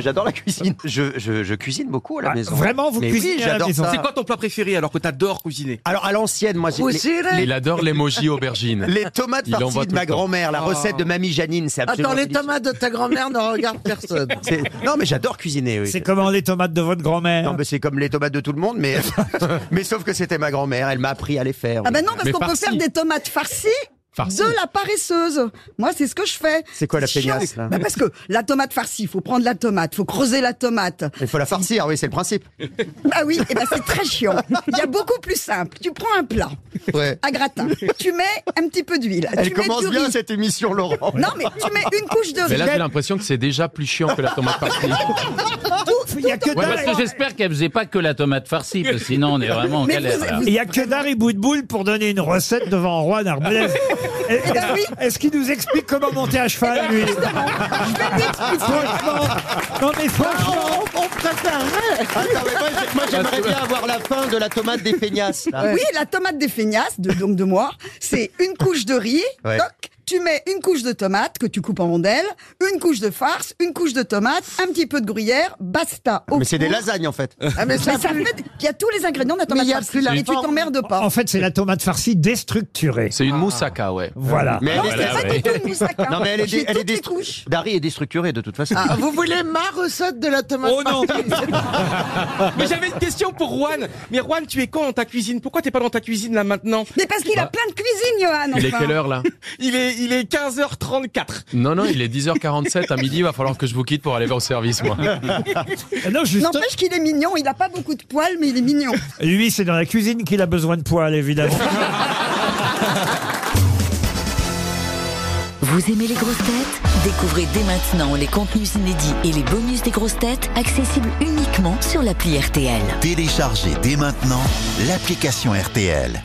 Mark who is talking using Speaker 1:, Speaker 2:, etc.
Speaker 1: J'adore la cuisine. Je, je- je cuisine beaucoup à la
Speaker 2: Ah,
Speaker 1: maison.
Speaker 2: vraiment, vous
Speaker 1: Mais oui,
Speaker 2: cuisinez à la
Speaker 1: j'adore
Speaker 2: maison
Speaker 1: ça.
Speaker 3: C'est quoi ton plat préféré alors que t'adores cuisiner
Speaker 1: Alors à l'ancienne, moi, j'ai les,
Speaker 4: Il adore l'emoji aubergine.
Speaker 1: les tomates
Speaker 4: Il en voit
Speaker 1: farcies de
Speaker 4: tout
Speaker 1: ma
Speaker 4: le temps.
Speaker 1: grand-mère, la
Speaker 3: Ah.
Speaker 1: recette de mamie Janine, c'est absolument.
Speaker 5: Attends, les
Speaker 1: délicieux.
Speaker 5: tomates de ta grand-mère ne regardent personne.
Speaker 1: C'est- Non, mais j'adore cuisiner. Oui.
Speaker 2: C'est comment les tomates de votre grand-mère
Speaker 1: Non, mais c'est comme les tomates de tout le monde, mais mais sauf que c'était ma grand-mère, elle m'a appris à les faire.
Speaker 6: Ah
Speaker 1: oui.
Speaker 6: ben non, parce
Speaker 4: Mais
Speaker 6: qu'on peut
Speaker 4: farci.
Speaker 6: faire des tomates farcies.
Speaker 4: Farci.
Speaker 6: De la paresseuse. Moi, c'est ce que je fais.
Speaker 1: C'est quoi la
Speaker 6: chiant.
Speaker 1: feignasse, là
Speaker 6: Bah, Parce que la tomate farcie, faut prendre la tomate, faut creuser la tomate.
Speaker 1: Il faut la farcir, oui, c'est le principe.
Speaker 6: Bah oui, et ben c'est très chiant. Il y a beaucoup plus simple. Tu prends un plat
Speaker 1: Ouais.
Speaker 6: à gratin, tu mets un petit peu d'huile,
Speaker 1: Elle
Speaker 6: Ah, tu mets
Speaker 1: commence
Speaker 6: du
Speaker 1: bien
Speaker 6: riz.
Speaker 1: cette émission, Laurent.
Speaker 6: Non mais tu mets une couche de
Speaker 4: Mais
Speaker 6: riz.
Speaker 4: là, j'ai l'impression que c'est déjà plus chiant que la tomate farcie.
Speaker 2: Il n'y a que
Speaker 7: Ouais,
Speaker 2: dalle.
Speaker 7: parce que j'espère qu'elle faisait pas que la tomate farcie, parce que sinon on est vraiment en
Speaker 6: Mais
Speaker 7: galère.
Speaker 6: vous-
Speaker 7: là.
Speaker 2: Il n'y a que d'art et bout de boule pour donner une recette devant Juan Arbelez. Est-
Speaker 6: ben oui.
Speaker 2: Est-ce est-ce qu'il nous explique comment monter à cheval, lui Franchement, non mais franchement,
Speaker 5: On préférerait.
Speaker 1: Attends, mais moi, j'ai- moi, j'aimerais bien avoir la fin de la tomate des feignasses. là.
Speaker 6: Oui, la tomate des feignasses, de, donc de moi, c'est une couche de riz,
Speaker 1: Ouais.
Speaker 6: toc, tu mets une couche de tomate que tu coupes en rondelles, une couche de farce, une couche de tomate, un petit peu de gruyère, basta. Au
Speaker 1: Mais c'est des
Speaker 6: four.
Speaker 1: lasagnes en fait.
Speaker 4: Euh,
Speaker 5: Ah, mais
Speaker 6: Mais
Speaker 5: ça
Speaker 6: ça
Speaker 5: pue.
Speaker 6: fait- il y a tous les ingrédients de la
Speaker 5: Mais
Speaker 6: tomate
Speaker 5: il y a
Speaker 6: farcie,
Speaker 5: plus la
Speaker 6: et tu
Speaker 5: forme.
Speaker 6: t'emmerdes pas.
Speaker 2: en fait, c'est la tomate farcie déstructurée.
Speaker 4: C'est une moussaka, ouais.
Speaker 2: Voilà.
Speaker 4: ah,
Speaker 1: Mais
Speaker 6: Non,
Speaker 1: elle
Speaker 6: c'est
Speaker 1: est-
Speaker 7: Voilà,
Speaker 6: pas
Speaker 7: ouais.
Speaker 6: du tout une moussaka.
Speaker 1: Non mais elle est,
Speaker 6: J'ai
Speaker 1: dé- elle est
Speaker 6: toutes les
Speaker 1: destru-
Speaker 6: couches.
Speaker 1: Dari est déstructurée de toute façon.
Speaker 5: Ah, vous voulez ma recette de la tomate
Speaker 2: Oh non
Speaker 3: Mais j'avais une question pour Juan. Mais Juan, tu es quand dans ta cuisine Pourquoi t'es pas dans ta cuisine là maintenant
Speaker 6: Mais parce qu'il a plein de cuisine, Johan.
Speaker 4: Il est
Speaker 6: enfin.
Speaker 4: quelle heure là
Speaker 3: Il est, il est 15h34.
Speaker 4: Non, non, il est 10h47. À midi, il va falloir que je vous quitte pour aller au service, moi.
Speaker 2: Non, juste,
Speaker 6: N'empêche qu'il est mignon, il a pas beaucoup de poils, mais il est mignon.
Speaker 2: lui, c'est dans la cuisine qu'il a besoin de poils, évidemment.
Speaker 8: Vous aimez les grosses têtes Découvrez dès maintenant les contenus inédits et les bonus des grosses têtes accessibles uniquement sur l'appli RTL.
Speaker 9: Téléchargez dès maintenant l'application RTL.